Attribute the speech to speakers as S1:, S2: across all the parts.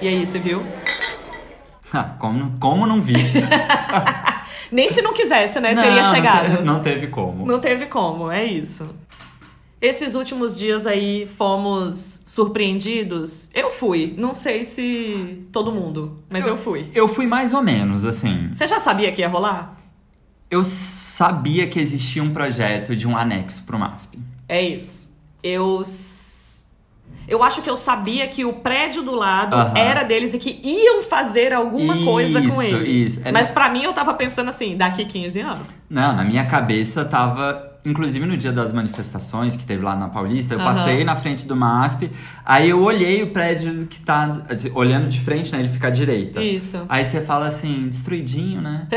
S1: E aí, você viu?
S2: Ah, como, como não vi?
S1: Nem se não quisesse, né?
S2: Não,
S1: teria chegado.
S2: Não, te- não teve como.
S1: Não teve como, é isso. Esses últimos dias aí fomos surpreendidos. Eu fui, não sei se todo mundo, mas eu, fui.
S2: Eu fui mais ou menos, assim.
S1: Você já sabia que ia rolar?
S2: Eu sabia que existia um projeto de um anexo pro MASP.
S1: É isso. Eu s- eu acho que eu sabia que o prédio do lado
S2: Aham.
S1: era deles e que iam fazer alguma coisa com
S2: Isso,
S1: ele.
S2: isso. É-
S1: Mas pra mim eu tava pensando assim, daqui 15 anos.
S2: Não, na minha cabeça tava. Inclusive no dia das manifestações que teve lá na Paulista, eu
S1: Aham.
S2: passei na frente do MASP, aí eu olhei o prédio que tá. Olhando de frente, né? Ele fica à direita.
S1: Isso.
S2: Aí você fala assim, destruidinho, né?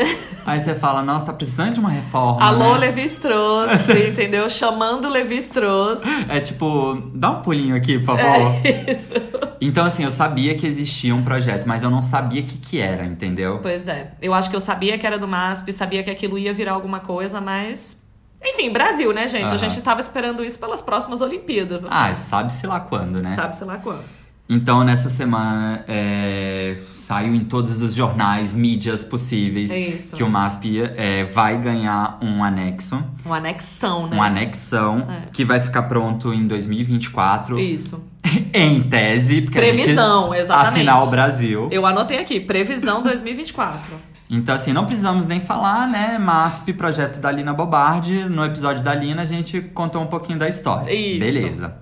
S2: aí você fala, nossa, tá precisando de uma reforma.
S1: Alô,
S2: né?
S1: Levi Strauss, entendeu? Chamando Levi Strauss.
S2: É tipo, dá um pulinho aqui, por
S1: É.
S2: favor.
S1: Isso.
S2: Então, assim, eu sabia que existia um projeto, mas eu não sabia o que, que era, entendeu?
S1: Pois é. Eu acho que eu sabia que era do MASP, sabia que aquilo ia virar alguma coisa, mas. Enfim, Brasil, né, gente? A
S2: Aham.
S1: gente tava esperando isso pelas próximas Olimpíadas, assim.
S2: Ah, sabe-se lá quando, né?
S1: Sabe, sei lá quando.
S2: Então, nessa semana, é, saiu em todos os jornais, mídias possíveis
S1: É isso.
S2: que o MASP é, vai ganhar um anexo,
S1: Uma anexão, né?
S2: um anexão,
S1: É.
S2: que vai ficar pronto em 2024,
S1: Isso.
S2: em tese. Porque a gente-
S1: Previsão, exatamente.
S2: Afinal, Brasil.
S1: Eu anotei aqui, previsão 2024.
S2: Então, assim, não precisamos nem falar, né? MASP, projeto da Lina Bobardi. No episódio da Lina, a gente contou um pouquinho da história.
S1: Isso.
S2: Beleza.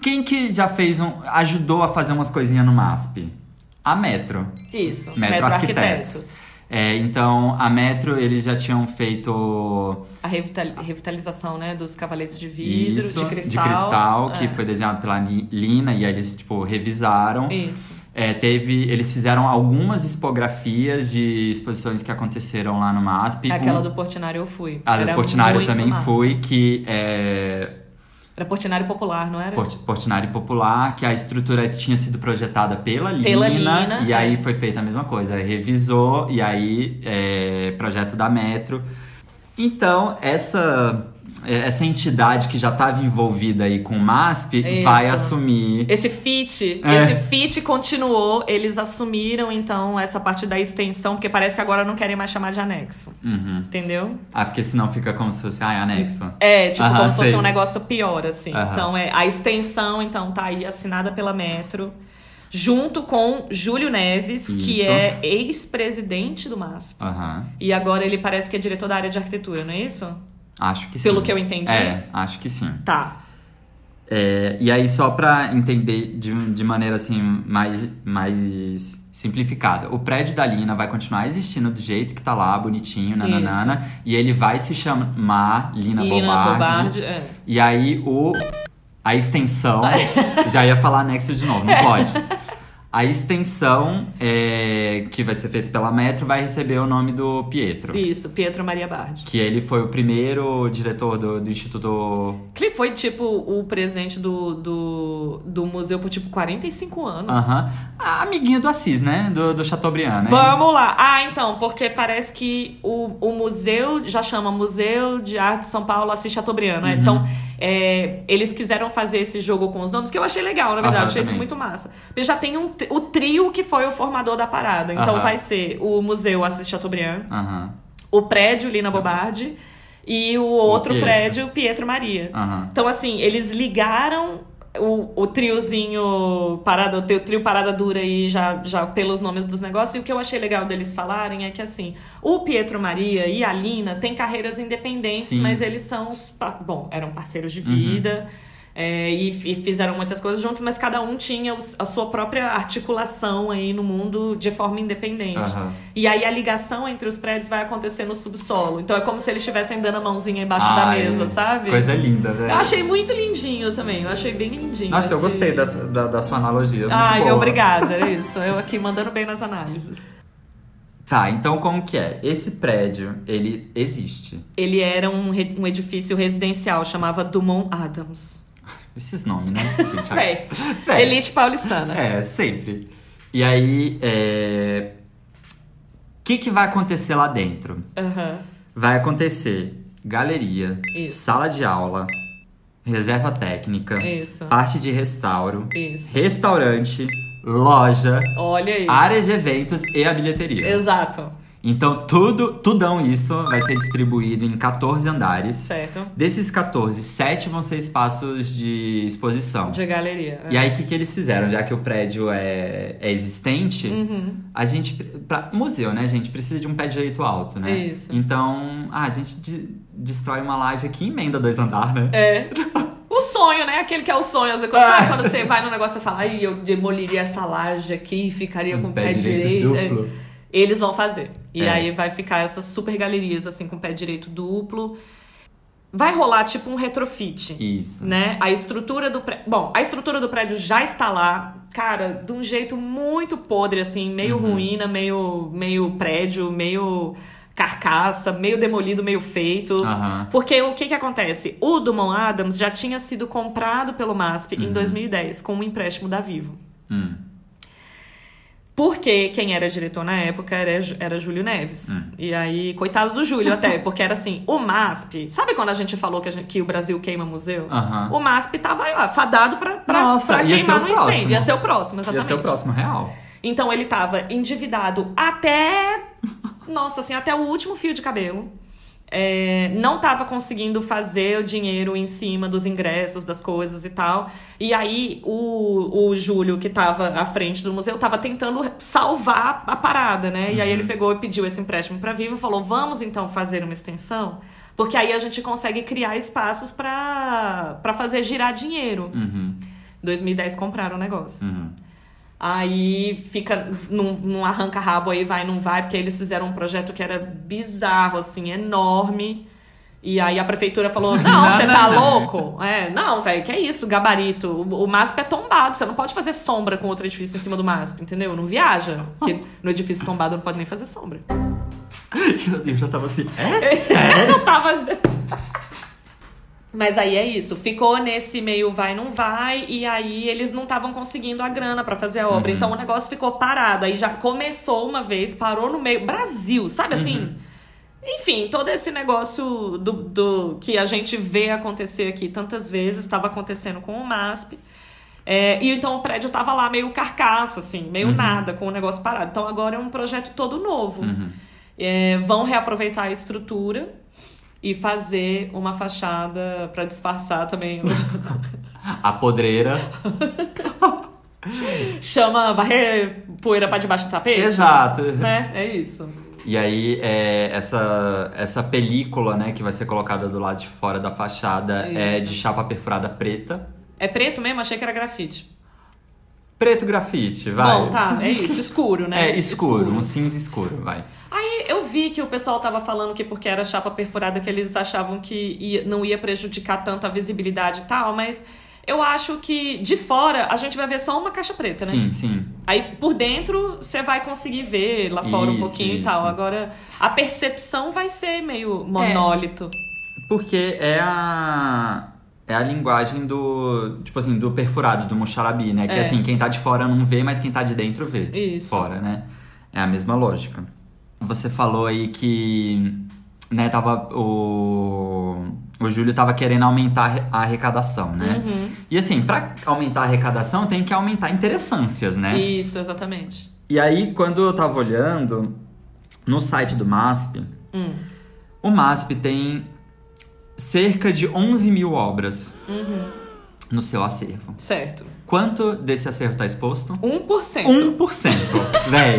S2: Quem que já fez um. ajudou a fazer umas coisinhas no MASP? A Metro.
S1: Isso.
S2: Metro Arquitetos. É, então, a Metro, eles já tinham feito
S1: A revital- revitalização, né, dos cavaletes de vidro,
S2: isso
S1: de cristal.
S2: cristal, que
S1: É.
S2: foi desenhado pela Ni- Lina, e aí eles, tipo, revisaram.
S1: Isso.
S2: É, teve, eles fizeram algumas expografias de exposições que aconteceram lá no MASP.
S1: Aquela
S2: Um-
S1: do Portinari eu fui.
S2: A Ah, do
S1: Era
S2: Portinari eu
S1: muito
S2: também
S1: massa.
S2: foi, que é
S1: Era Portinari Popular, não era?
S2: Port- Portinari Popular, que a estrutura tinha sido projetada pela Lina,
S1: Pela Lina,
S2: e
S1: é.
S2: aí foi feita a mesma coisa, revisou, e aí é, projeto da Metro. Então, essa, é, essa entidade que já estava envolvida aí com o MASP
S1: Isso.
S2: vai assumir.
S1: Esse fit,
S2: É.
S1: esse fit continuou, eles assumiram então essa parte da extensão, porque parece que agora não querem mais chamar de anexo,
S2: Uhum.
S1: entendeu?
S2: Ah, porque senão fica como se fosse, ah, é anexo.
S1: É, tipo,
S2: Aham,
S1: como se fosse
S2: sei.
S1: um negócio pior, assim.
S2: Aham.
S1: Então, é, a extensão, então, tá aí assinada pela Metro, junto com Júlio Neves, que
S2: Isso.
S1: é ex-presidente do MASP.
S2: Aham.
S1: E agora ele parece que é diretor da área de arquitetura, não é isso?
S2: Acho que sim.
S1: Pelo que eu entendi.
S2: É, acho que sim.
S1: Tá.
S2: É, e aí, só pra entender de, de maneira assim, mais, mais simplificada, o prédio da Lina vai continuar existindo do jeito que tá lá, bonitinho, nananana, e ele vai se chamar Lina, Bobardi.
S1: Bobardi, é.
S2: E aí, o, a extensão. já ia falar anexo de novo, não pode. A extensão é, que vai ser feita pela Metro vai receber o nome do Pietro.
S1: Isso, Pietro Maria Bardi.
S2: Que ele foi o primeiro diretor do, do Instituto
S1: Que ele foi, tipo, o presidente do, do, do museu por, tipo, 45 anos.
S2: Aham. A amiguinha do Assis, né? Do, do Chateaubriand, né?
S1: Vamos lá. Ah, então, porque parece que o, o museu já chama Museu de Arte de São Paulo Assis Chateaubriand,
S2: Uhum.
S1: né? Então, é, eles quiseram fazer esse jogo com os nomes, que eu achei legal, na verdade.
S2: Aham,
S1: achei isso
S2: também.
S1: muito massa. Porque já tem um, tri- o trio que foi o formador da parada. Então,
S2: Aham.
S1: vai ser o Museu Assis Chateaubriand,
S2: Aham,
S1: o prédio Lina Bobardi e o outro
S2: Pietro.
S1: prédio Pietro Maria.
S2: aham.
S1: Então, assim, eles ligaram o, o triozinho parada, o teu trio parada dura aí já, já pelos nomes dos negócios. E o que eu achei legal deles falarem é que, assim, o Pietro Maria e a Lina têm carreiras independentes,
S2: Sim. Uhum.
S1: mas eles são, os pa- bom, eram parceiros de vida. é, e, f- e fizeram muitas coisas juntos, mas cada um tinha os- a sua própria articulação aí no mundo de forma independente.
S2: Aham.
S1: E aí a ligação entre os prédios vai acontecer no subsolo. Então é como se eles estivessem dando a mãozinha embaixo tá da
S2: Ai,
S1: mesa, sabe?
S2: Coisa linda, né?
S1: Eu achei muito lindinho também, eu achei bem lindinho.
S2: Nossa, eu
S1: esse-
S2: gostei dessa, da, da sua analogia. muito
S1: Ai,
S2: boa.
S1: obrigada, é isso. Eu aqui mandando bem nas análises.
S2: Tá, então como que é? Esse prédio, ele existe.
S1: Ele era um, re- um edifício residencial, chamava Dumont Adams.
S2: Esses nomes, né? Gente,
S1: Véi,
S2: Véi.
S1: elite paulistana.
S2: É, sempre. E aí, é... O que, que vai acontecer lá dentro?
S1: Aham.
S2: Vai acontecer galeria,
S1: Isso.
S2: sala de aula, reserva técnica,
S1: Isso.
S2: parte de restauro,
S1: Isso.
S2: restaurante, loja,
S1: Olha aí.
S2: áreas de eventos e a bilheteria.
S1: Exato.
S2: Então, tudo, tudão isso vai ser distribuído em 14 andares.
S1: Certo.
S2: Desses 14, 7 vão ser espaços de exposição.
S1: De galeria.
S2: E aí, o que, que eles fizeram? Já que o prédio é, é existente,
S1: Uhum.
S2: a gente. Pra, museu, né, gente? Precisa de um pé direito alto, né?
S1: Isso.
S2: Então, ah, a gente de- destrói uma laje aqui e emenda dois andares, né?
S1: É. O sonho, né? Aquele que é o sonho. Quando,
S2: Ah.
S1: Sabe quando você vai no negócio e fala, ai, eu demoliria essa laje aqui e ficaria com o pé, direito. É.
S2: Um duplo.
S1: Eles vão fazer. E
S2: É.
S1: aí vai ficar essas super galerias, assim, com o pé direito duplo. Vai rolar tipo um retrofit.
S2: Isso.
S1: Né? A estrutura do prédio. Bom, a estrutura do prédio já está lá, cara, de um jeito muito podre, assim, meio
S2: Uhum.
S1: ruína, meio, meio prédio, meio carcaça, meio demolido, meio feito.
S2: Aham.
S1: Porque o que que acontece? O Dumont Adams já tinha sido comprado pelo MASP
S2: Uhum.
S1: em 2010 com um empréstimo da Vivo.
S2: Hum.
S1: Porque quem era diretor na época era, Ju- era Júlio Neves.
S2: Hum.
S1: E aí, coitado do Júlio até, porque era assim, o MASP... Sabe quando a gente falou que, a gente- que o Brasil queima museu?
S2: Aham.
S1: O MASP tava lá, fadado pra, pra,
S2: Ah. Nossa,
S1: pra
S2: ia ser
S1: queimar
S2: o
S1: no
S2: próximo.
S1: incêndio. Ia ser o próximo,
S2: Ia
S1: exatamente.
S2: ser o próximo real.
S1: Então ele tava endividado até. Nossa, assim, até o último fio de cabelo. É, não tava conseguindo fazer o dinheiro em cima dos ingressos, das coisas e tal. E aí o, o Júlio, que tava à frente do museu, tava tentando salvar a parada, né? E aí ele pegou e pediu esse empréstimo pra Vivo, falou: vamos então fazer uma extensão, porque aí a gente consegue criar espaços pra pra fazer girar dinheiro.
S2: Uhum.
S1: 2010 compraram o negócio.
S2: Uhum.
S1: Aí fica num, num arranca-rabo aí, vai, não vai, porque eles fizeram um projeto que era bizarro, assim, enorme. E aí a prefeitura falou: Não,
S2: Não,
S1: você
S2: não,
S1: tá
S2: não."
S1: louco? É, não, velho, que é isso, gabarito. O, o MASP é tombado, você não pode fazer sombra com outro edifício em cima do MASP, entendeu? Não viaja. Porque no edifício tombado não pode nem fazer sombra.
S2: Meu Deus, já tava assim. É
S1: Eu tava. Mas aí é isso, ficou nesse meio vai não vai e aí eles não estavam conseguindo a grana pra fazer a obra. Então o negócio ficou parado, aí já começou uma vez, parou no meio, Brasil, sabe assim? Enfim, todo esse negócio do, do que a gente vê acontecer aqui tantas vezes, estava acontecendo com o MASP. É, e então o prédio tava lá meio carcaça, assim, meio nada, com o negócio parado. Então agora é um projeto todo novo. É, vão reaproveitar a estrutura e fazer uma fachada para disfarçar também.
S2: A podreira.
S1: Chama varrer poeira pra debaixo do tapete.
S2: Exato.
S1: Né? É isso.
S2: E aí, é, essa, essa película, né, que vai ser colocada do lado de fora da fachada é
S1: Isso.
S2: de chapa perfurada preta.
S1: É preto mesmo? Achei que era grafite.
S2: Preto grafite, vai.
S1: Bom, tá, é isso. Escuro, né?
S2: É escuro, um cinza escuro, vai.
S1: Aí eu vi que o pessoal tava falando que porque era chapa perfurada que eles achavam que ia- não ia prejudicar tanto a visibilidade e tal, mas eu acho que de fora a gente vai ver só uma caixa preta, né?
S2: Sim, sim.
S1: Aí por dentro você vai conseguir ver lá fora um
S2: Isso,
S1: pouquinho e
S2: isso.
S1: tal. Agora a percepção vai ser meio monólito.
S2: Porque é a. É a linguagem do. Tipo assim, do perfurado, do muxarabi, né? Que
S1: É.
S2: assim, quem tá de fora não vê, mas quem tá de dentro vê.
S1: Isso.
S2: Fora, né? É a mesma lógica. Você falou aí que. Né, tava. O. O Júlio tava querendo aumentar a arrecadação, né?
S1: Uhum.
S2: E assim, pra aumentar a arrecadação, tem que aumentar a interessâncias, né?
S1: Isso, exatamente.
S2: E aí, quando eu tava olhando no site do MASP,
S1: Hum.
S2: o MASP tem cerca de 11 mil obras no seu acervo.
S1: Certo.
S2: Quanto desse acervo tá exposto?
S1: 1%.
S2: 1%, véi.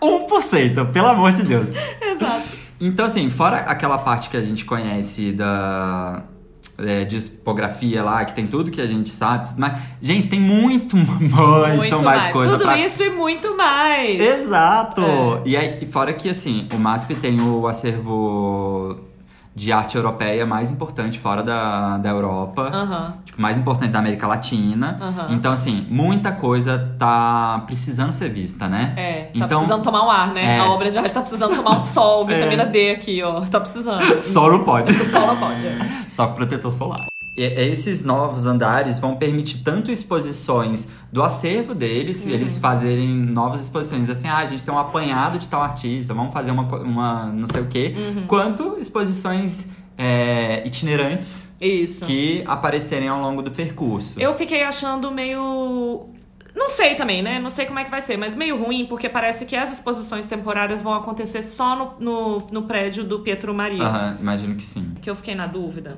S2: 1%, pelo amor de Deus.
S1: Exato.
S2: Então, assim, fora aquela parte que a gente conhece da é, discografia lá, que tem tudo que a gente sabe, mas, gente, tem muito, muito, Então, mais, coisa
S1: Tudo
S2: pra
S1: isso e muito mais.
S2: Exato! É. E aí, e fora que assim, o MASP tem o acervo de arte europeia mais importante fora da, da Europa.
S1: Aham.
S2: Tipo, mais importante da América Latina.
S1: Ah. Aham.
S2: Então, assim, muita coisa tá precisando ser vista, né?
S1: É, tá
S2: então,
S1: precisando tomar um ar, né?
S2: É.
S1: A obra de arte tá precisando tomar um sol, vitamina D aqui, ó. Tá precisando.
S2: Sol não pode.
S1: Sol não pode. é.
S2: Só com protetor solar. E- é, esses novos andares vão permitir tanto exposições do acervo deles, eles fazerem novas exposições assim, ah, a gente tem um apanhado de tal artista, vamos fazer uma, co- uma não sei o quê, quanto exposições é, itinerantes
S1: Isso.
S2: que aparecerem ao longo do percurso.
S1: Eu fiquei achando meio Não sei também, né? Não sei como é que vai ser, mas meio ruim, porque parece que as exposições temporárias vão acontecer só no, no, no prédio do Pietro Maria.
S2: Aham, imagino que sim.
S1: Que eu fiquei na dúvida.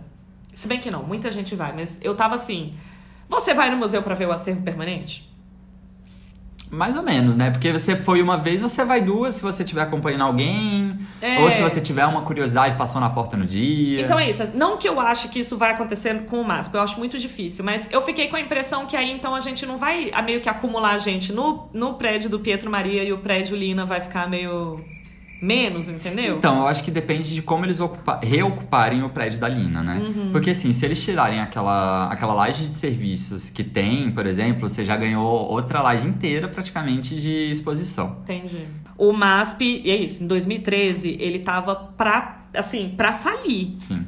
S1: Se bem que não, muita gente vai, mas eu tava assim. Você vai no museu para ver o acervo permanente?
S2: Mais ou menos, né? Porque você foi uma vez, você vai duas se você estiver acompanhando alguém.
S1: É.
S2: Ou se você tiver uma curiosidade, passou na porta no dia.
S1: Então é isso. Não que eu ache que isso vai acontecer com o MASP, eu acho muito difícil. Mas eu fiquei com a impressão que aí então a gente não vai a meio que acumular gente no, no prédio do Pietro Maria e o prédio Lina vai ficar meio menos, entendeu?
S2: Então, eu acho que depende de como eles ocupa- reocuparem o prédio da Lina, né?
S1: Uhum.
S2: Porque assim, se eles tirarem aquela, aquela laje de serviços que tem, por exemplo, você já ganhou outra laje inteira praticamente de exposição.
S1: Entendi. O MASP, e é isso, em 2013 ele tava pra, assim, pra falir.
S2: Sim.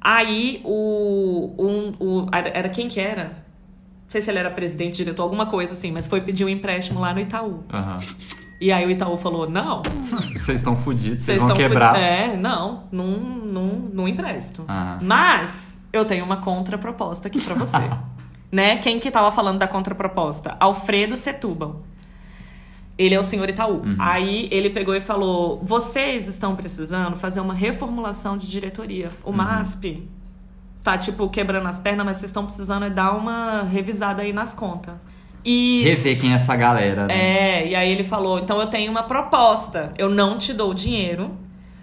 S1: Aí o. Um, o era, era quem que era? Não sei se ele era presidente, diretor, alguma coisa assim, mas foi pedir um empréstimo lá no Itaú.
S2: Aham.
S1: E aí o Itaú falou: não,
S2: Vocês estão fodidos,
S1: vocês
S2: vocês vão
S1: estão.
S2: quebrar.
S1: É, não, não, não, não empresto.
S2: Aham.
S1: Mas eu tenho uma contraproposta aqui pra você. né? Quem que tava falando da contraproposta? Alfredo Setúbal. Ele é o senhor Itaú. Aí ele pegou e falou: vocês estão precisando fazer uma reformulação de diretoria. O MASP tá, tipo, quebrando as pernas, mas vocês estão precisando é dar uma revisada aí nas contas. E.
S2: Rever quem é essa galera, né?
S1: É, e aí ele falou: então eu tenho uma proposta. Eu não te dou o dinheiro,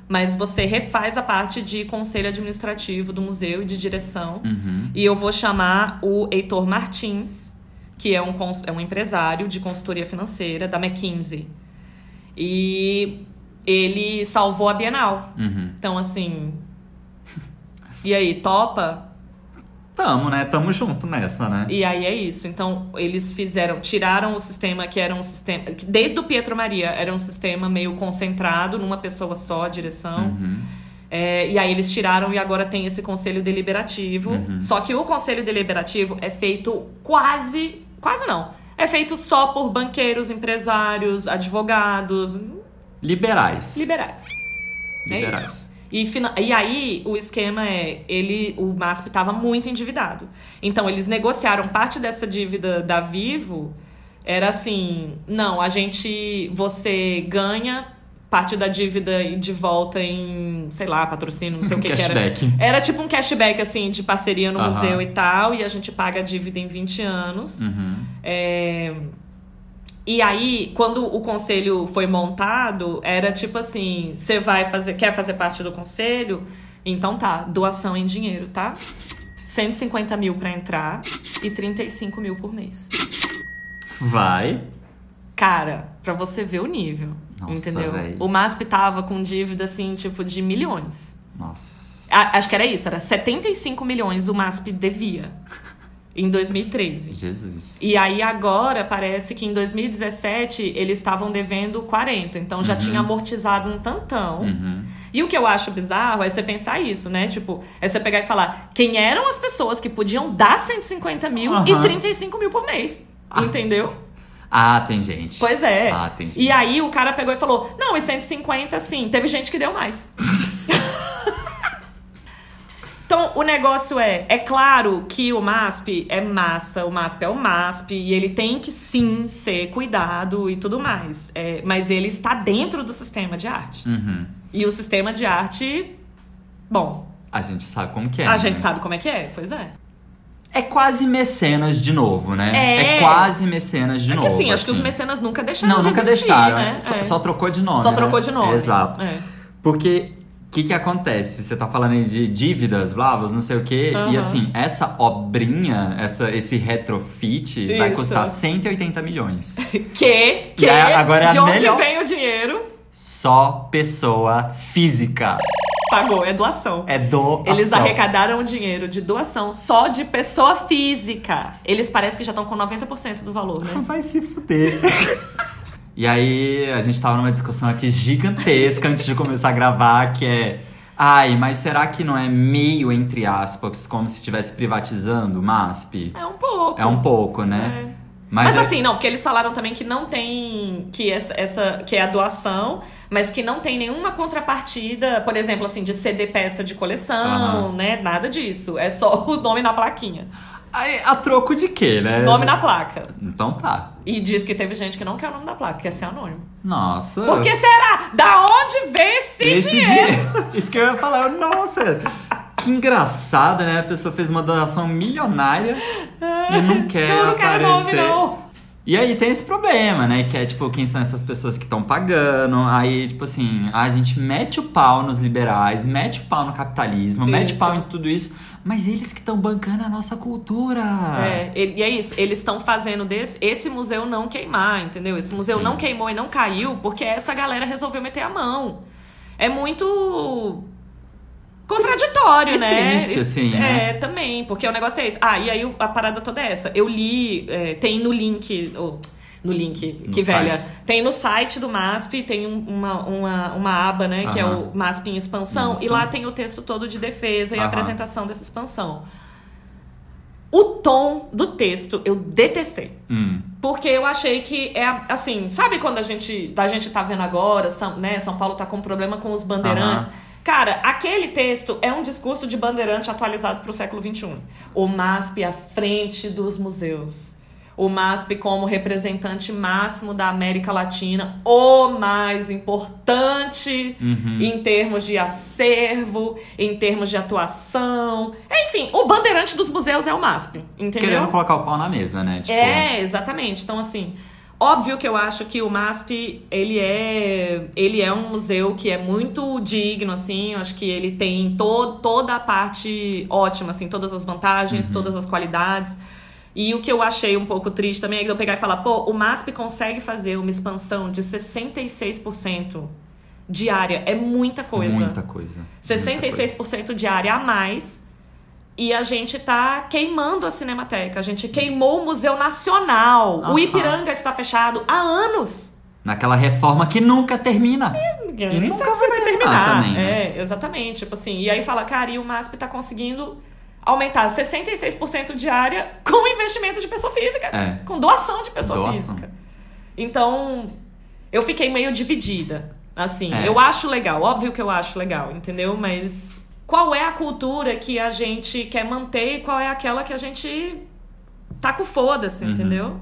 S1: mas você refaz a parte de conselho administrativo do museu e de direção.
S2: Uhum.
S1: E eu vou chamar o Heitor Martins, que é um, cons- é um empresário de consultoria financeira da McKinsey. E ele salvou a Bienal.
S2: Uhum.
S1: Então, assim. E aí, topa?
S2: Tamo, né? Tamo junto nessa, né?
S1: E aí é isso. Então, eles fizeram, tiraram o sistema que era um sistema. que Desde o Pietro Maria, era um sistema meio concentrado numa pessoa só, a direção.
S2: Uhum.
S1: É, e aí eles tiraram e agora tem esse conselho deliberativo. Só que o conselho deliberativo é feito quase. Quase não. É feito só por banqueiros, empresários, advogados,
S2: Liberais.
S1: liberais. É
S2: Liberais.
S1: isso. E, fina- e aí, o esquema é, ele, o MASP estava muito endividado. Então, eles negociaram parte dessa dívida da Vivo. Era assim, não, a gente, você ganha parte da dívida e de volta em, sei lá, patrocínio, não sei o que, que era.
S2: Cashback.
S1: Era tipo um cashback, assim, de parceria no
S2: Aham.
S1: museu e tal. E a gente paga a dívida em 20 anos.
S2: Uhum.
S1: É, E aí, quando o conselho foi montado, era tipo assim: você vai fazer, quer fazer parte do conselho? Então tá, doação em dinheiro, tá? 150 mil pra entrar e 35 mil por mês.
S2: Vai.
S1: Cara, pra você ver o nível.
S2: Nossa,
S1: entendeu?
S2: véi.
S1: O MASP tava com dívida assim, tipo, de milhões.
S2: Nossa.
S1: A- acho que era isso, era 75 milhões o MASP devia em 2013.
S2: Jesus.
S1: E aí agora parece que em 2017 eles estavam devendo 40, então já tinha amortizado um tantão.
S2: Uhum.
S1: E o que eu acho bizarro é você pensar isso, né? Tipo, é você pegar e falar quem eram as pessoas que podiam dar 150 mil e
S2: Aham.
S1: 35 mil por mês. Entendeu?
S2: Ah, tem gente.
S1: Pois é.
S2: Ah, tem gente.
S1: e aí o cara pegou e falou: não, e 150 sim. Teve gente que deu mais. Então, o negócio é, é claro que o MASP é massa, o MASP é o MASP, e ele tem que sim ser cuidado e tudo mais. É, mas ele está dentro do sistema de arte.
S2: Uhum.
S1: E o sistema de arte, bom,
S2: A gente sabe como que é.
S1: a
S2: né?
S1: gente sabe como é que é, pois é.
S2: É quase mecenas de novo, né?
S1: É.
S2: quase mecenas de
S1: Porque
S2: novo.
S1: assim, acho que os
S2: assim.
S1: mecenas nunca deixaram
S2: Não,
S1: de
S2: nunca
S1: existir,
S2: deixaram.
S1: né?
S2: é. Só,
S1: É.
S2: só trocou de nome.
S1: Só
S2: né?
S1: trocou de nome.
S2: Exato.
S1: É.
S2: Porque o que, que acontece? Você tá falando aí de dívidas, blá, blá, não sei o quê. E
S1: Aham.
S2: assim, essa obrinha, essa, esse retrofit vai
S1: Isso.
S2: custar 180 milhões.
S1: Que, que,
S2: E a- agora é a
S1: de onde
S2: melhor-
S1: vem o dinheiro?
S2: Só pessoa física.
S1: Pagou, é doação.
S2: É do.
S1: Eles arrecadaram o dinheiro de doação só de pessoa física. Eles parecem que já estão com 90% do valor, né?
S2: Vai se fuder. e aí, a gente tava numa discussão aqui gigantesca antes de começar a gravar, que é. Ai, mas será que não é meio, entre aspas, como se estivesse privatizando o MASP?
S1: É um pouco.
S2: É um pouco, né?
S1: É. Mas, assim, não, porque eles falaram também que não tem. que essa, essa- que é a doação, mas que não tem nenhuma contrapartida, por exemplo, assim, de CD peça de coleção,
S2: Aham.
S1: né? Nada disso. É só o nome na plaquinha.
S2: Aí, a troco de quê, né?
S1: Nome na placa.
S2: Então tá.
S1: E diz que teve gente que não quer o nome da placa, quer ser anônimo.
S2: Nossa.
S1: Por que será? Da onde vem esse,
S2: Esse
S1: dinheiro?
S2: dinheiro. Isso que eu ia falar. eu, Nossa. Que engraçada, né? A pessoa fez uma doação milionária e não quer
S1: Eu não quero nome,
S2: aparecer.
S1: não.
S2: E aí tem esse problema, né? Que é tipo, quem são essas pessoas que estão pagando? Aí, tipo assim, a gente mete o pau nos liberais, mete o pau no capitalismo, mete
S1: Isso.
S2: pau em tudo isso, mas eles que estão bancando a nossa cultura.
S1: É, e e é isso, eles estão fazendo desse, esse museu não queimar, entendeu? Esse museu
S2: Sim.
S1: não queimou e não caiu porque essa galera resolveu meter a mão. É muito contraditório,
S2: É
S1: né?
S2: triste, assim,
S1: É,
S2: né?
S1: também, porque o negócio é esse. Ah, e aí a parada toda é essa. Eu li, é, tem no link. ou, no link,
S2: No
S1: que
S2: site.
S1: velha. Tem no site do MASP, tem um- uma, uma, uma aba, né? Que é
S2: Aham.
S1: o MASP em expansão. E
S2: Isso.
S1: lá tem o texto todo de defesa e
S2: Aham.
S1: apresentação dessa expansão. O tom do texto eu detestei.
S2: Hum.
S1: Porque eu achei que é a- assim, sabe quando a gente, a gente tá vendo agora, São, né, São Paulo tá com problema com os bandeirantes. Cara, aquele texto é um discurso de bandeirante atualizado pro século XXI. O MASP à frente dos museus. O MASP como representante máximo da América Latina, o mais importante em termos de acervo, em termos de atuação. Enfim, o bandeirante dos museus é o MASP, entendeu?
S2: Querendo colocar o pau na mesa, né? Tipo,
S1: É, exatamente. Então, assim, óbvio que eu acho que o MASP, ele é, ele é um museu que é muito digno, assim. Eu acho que ele tem to, toda a parte ótima, assim, todas as
S2: Uhum.
S1: vantagens, todas as qualidades. E o que eu achei um pouco triste também é que eu pegar e falar, pô, o MASP consegue fazer uma expansão de 66% diária. É muita coisa.
S2: Muita coisa. muita
S1: 66% de área a mais. E a gente tá queimando a Cinemateca. A gente queimou o Museu Nacional. O
S2: Aham.
S1: Ipiranga está fechado há anos.
S2: Naquela reforma que nunca termina.
S1: E
S2: nunca
S1: você vai
S2: terminar também, né?
S1: É, exatamente. Tipo assim, e aí fala, cara, e o MASP tá conseguindo aumentar 66% de área com investimento de pessoa física.
S2: É.
S1: Com doação de pessoa
S2: Doação.
S1: física. Então, eu fiquei meio dividida. Assim,
S2: É.
S1: eu acho legal, óbvio que eu acho legal, entendeu? Mas qual é a cultura que a gente quer manter e qual é aquela que a gente tá com foda-se,
S2: Uhum.
S1: entendeu?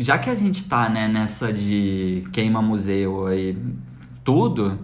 S2: já que a gente tá, né, nessa de queima museu aí, tudo,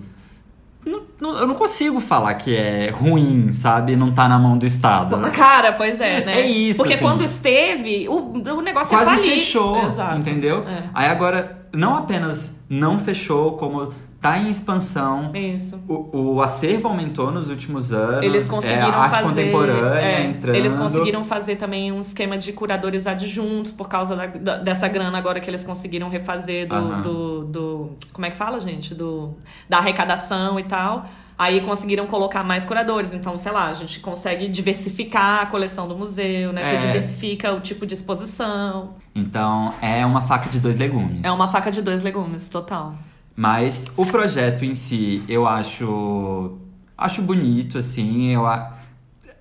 S2: não- não- eu não consigo falar que é ruim, sabe? Não tá na mão do Estado.
S1: Cara, pois é, né?
S2: É isso,
S1: Porque
S2: assim.
S1: quando esteve, o, o negócio é
S2: Quase
S1: falir.
S2: fechou,
S1: Exato.
S2: entendeu?
S1: É.
S2: Aí agora, não apenas não fechou, como tá em expansão.
S1: É, Isso.
S2: O, o acervo aumentou nos últimos anos.
S1: Eles
S2: é,
S1: conseguiram
S2: a arte
S1: fazer.
S2: contemporânea
S1: é,
S2: entrando.
S1: Eles conseguiram fazer também um esquema de curadores adjuntos por causa da- da- dessa grana agora que eles conseguiram refazer do,
S2: Aham.
S1: do, do- Como é que fala, gente? Do, da arrecadação e tal. Aí conseguiram colocar mais curadores. Então, sei lá, a gente consegue diversificar a coleção do museu, né? Você
S2: É.
S1: diversifica o tipo de exposição.
S2: Então, é uma faca de dois legumes.
S1: É uma faca de dois legumes, total.
S2: Mas o projeto em si, eu acho. Acho bonito, assim. Eu, a-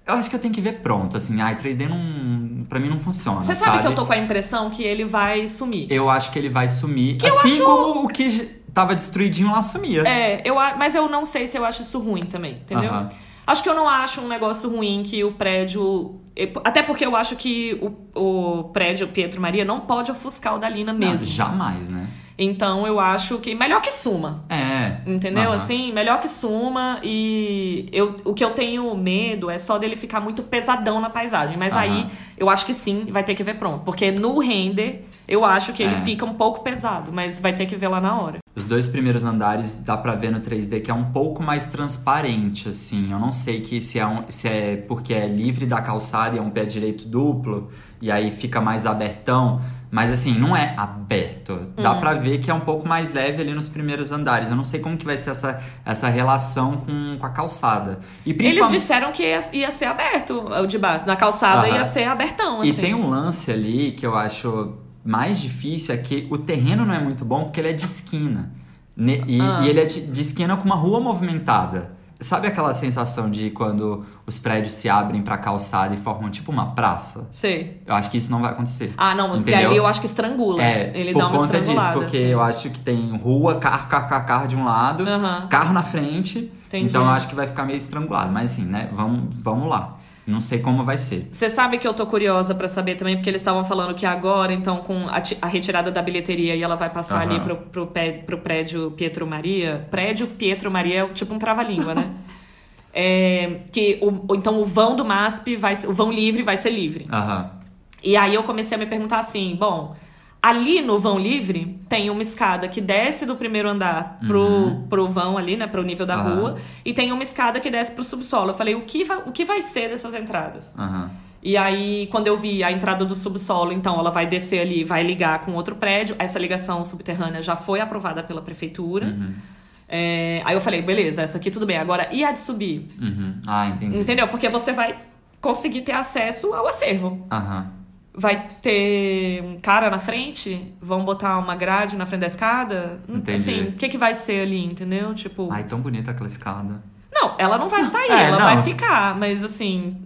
S2: eu acho que eu tenho que ver pronto, assim. Ai, 3D não. Pra mim não funciona.
S1: Você sabe, que eu tô com a impressão que ele vai sumir.
S2: Eu acho que ele vai sumir.
S1: Que eu
S2: assim
S1: acho-
S2: como o que tava destruidinho lá sumia.
S1: É, eu, a- mas eu não sei se eu acho isso ruim também, entendeu?
S2: Aham.
S1: Acho que eu não acho um negócio ruim que o prédio. Até porque eu acho que o, o prédio Pietro Maria não pode ofuscar o da Lina
S2: Não,
S1: mesmo.
S2: jamais, né?
S1: Então eu acho que melhor que suma.
S2: É.
S1: Entendeu?
S2: Aham.
S1: Assim, melhor que suma. E eu, o que eu tenho medo é só dele ficar muito pesadão na paisagem. Mas aí
S2: Aham.
S1: eu acho que sim, vai ter que ver pronto. Porque no render eu acho que ele
S2: É.
S1: fica um pouco pesado, mas vai ter que ver lá na hora.
S2: Os dois primeiros andares dá pra ver no 3D que é um pouco mais transparente, assim. Eu não sei que se é, um- se é porque é livre da calçada e é um pé direito duplo, e aí fica mais abertão. Mas assim, não é aberto.
S1: Hum.
S2: Dá pra ver que é um pouco mais leve ali nos primeiros andares. Eu não sei como que vai ser essa, essa relação com, com a calçada. E
S1: Eles
S2: principalmente.
S1: disseram que ia, ia ser aberto o de baixo. Na calçada
S2: Aham.
S1: ia ser abertão, assim.
S2: E tem um lance ali que eu acho mais difícil é que o terreno não é muito bom porque ele é de esquina. Ne- E,
S1: Ah.
S2: e ele é de, de esquina com uma rua movimentada. Sabe aquela sensação de quando os prédios se abrem pra calçada e formam tipo uma praça?
S1: Sei.
S2: Eu acho que isso não vai acontecer.
S1: Ah, não, porque
S2: Entendeu?
S1: ali eu acho que estrangula.
S2: É,
S1: Ele
S2: por
S1: dá uma
S2: conta disso,
S1: estrangulada.
S2: porque
S1: assim.
S2: eu acho que tem rua, carro, carro, carro, carro de um lado,
S1: Aham.
S2: carro na frente.
S1: Entendi.
S2: Então eu acho que vai ficar meio estrangulado. Mas assim, né? Vamos, vamos lá. Não sei como vai ser.
S1: Você sabe que eu tô curiosa pra saber também, porque eles estavam falando que agora, então, com a, ti- a retirada da bilheteria e ela vai passar
S2: Aham.
S1: ali pro, pro, pé- pro prédio Pietro Maria. Prédio Pietro Maria é tipo um trava-língua, né? É, que o, ou então o vão do MASP vai ser- o vão livre vai ser livre.
S2: Aham.
S1: E aí eu comecei a me perguntar assim, bom, ali no vão livre tem uma escada que desce do primeiro andar pro, pro vão ali, né, pro nível da
S2: Uhum. Aham.
S1: rua, e tem uma escada que desce pro subsolo. Eu falei, o que vai, o que vai ser dessas entradas?
S2: Aham.
S1: E aí, quando eu vi a entrada do subsolo, então ela vai descer ali, vai ligar com outro prédio. Essa ligação subterrânea já foi aprovada pela prefeitura.
S2: Uhum.
S1: É, aí eu falei, beleza, essa aqui tudo bem. Agora, e a de subir?
S2: Uhum. Ah, entendi.
S1: Entendeu? Porque você vai conseguir ter acesso ao acervo.
S2: Aham.
S1: Vai ter um cara na frente? Vão botar uma grade na frente da escada?
S2: Entendi.
S1: Assim, o que, que vai ser ali, entendeu? Tipo.
S2: Ai, tão bonita aquela escada.
S1: Não, ela não vai sair,
S2: É,
S1: ela
S2: não.
S1: vai ficar, mas assim.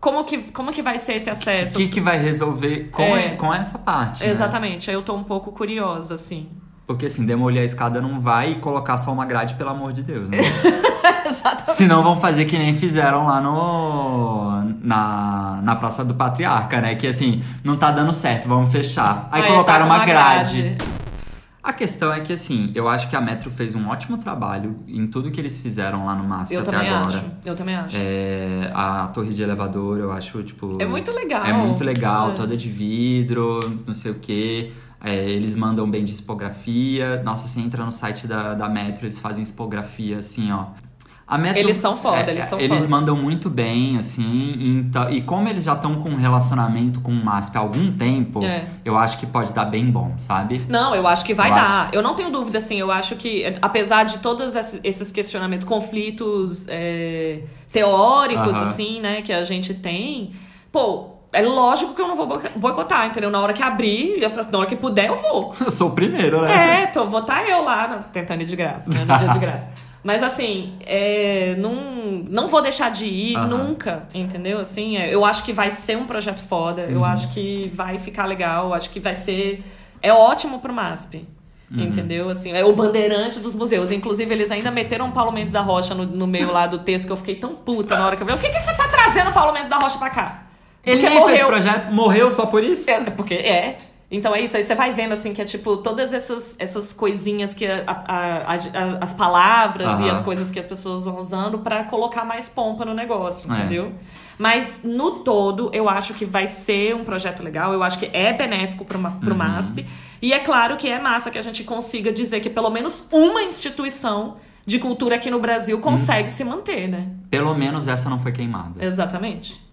S1: Como que, como que vai ser esse
S2: O
S1: acesso?
S2: que, que vai resolver com,
S1: É.
S2: com essa parte? né?
S1: Exatamente, aí eu tô um pouco curiosa, assim.
S2: Porque assim, demolir a escada não vai e colocar só uma grade, pelo amor de Deus, né?
S1: É. Exatamente.
S2: Senão vão fazer que nem fizeram lá no. Na, na Praça do Patriarca, né? Que assim, não tá dando certo, vamos fechar. Aí
S1: tá
S2: colocaram uma grade. A questão é que assim, eu acho que a Metro fez um ótimo trabalho em tudo que eles fizeram lá no MASP
S1: Eu
S2: até
S1: também
S2: agora.
S1: acho. Eu também acho. É,
S2: É, a torre de elevador, eu acho, tipo.
S1: muito legal.
S2: É muito legal,
S1: É.
S2: toda de vidro, não sei o quê. É, eles mandam bem de expografia. Nossa, você entra no site da, da Metro, eles fazem expografia assim, ó. A Metro,
S1: Eles são foda,
S2: é,
S1: eles são
S2: Eles
S1: foda.
S2: mandam muito bem, assim. então- e como eles já estão com um relacionamento com o MASP há algum tempo,
S1: É.
S2: eu acho que pode dar bem bom, sabe?
S1: Não, eu acho que vai
S2: Uhum. Eu
S1: dar. Eu não tenho dúvida, assim. Eu acho que, apesar de todos esses- esses questionamentos, conflitos é, teóricos,
S2: Aham.
S1: assim, né, que a gente tem, pô, é lógico que eu não vou boic- boicotar, entendeu? Na hora que abrir, eu- na hora que puder, eu vou.
S2: Eu sou o primeiro, né?
S1: É, tô, vou estar eu lá no- tentando ir de graça, né? No dia de graça. Mas assim, é, não, não vou deixar de ir
S2: Aham.
S1: nunca, entendeu? Assim, é, eu acho que vai ser um projeto foda,
S2: Uhum.
S1: eu acho que vai ficar legal, acho que vai ser. É ótimo pro MASP.
S2: Uhum.
S1: Entendeu? Assim, é o bandeirante dos museus. Inclusive, eles ainda meteram o Paulo Mendes da Rocha no, no meio lá do texto, que eu fiquei tão puta na hora que eu vi. O que, que você tá trazendo o Paulo Mendes da Rocha pra cá?
S2: Ele
S1: Porque
S2: nem fez
S1: morreu.
S2: projeto, morreu só por isso?
S1: É, Porque é. Então é isso, aí você vai vendo assim que é tipo todas essas, essas coisinhas que a- a- a- as palavras e
S2: Aham.
S1: as coisas que as pessoas vão usando pra colocar mais pompa no negócio,
S2: É.
S1: entendeu? Mas no todo eu acho que vai ser um projeto legal, eu acho que é benéfico pro, ma-
S2: Uhum.
S1: pro MASP. E é claro que é massa que a gente consiga dizer que pelo menos uma instituição
S2: Uhum.
S1: de cultura aqui no Brasil consegue se manter, né?
S2: Pelo menos essa não foi queimada.
S1: Exatamente.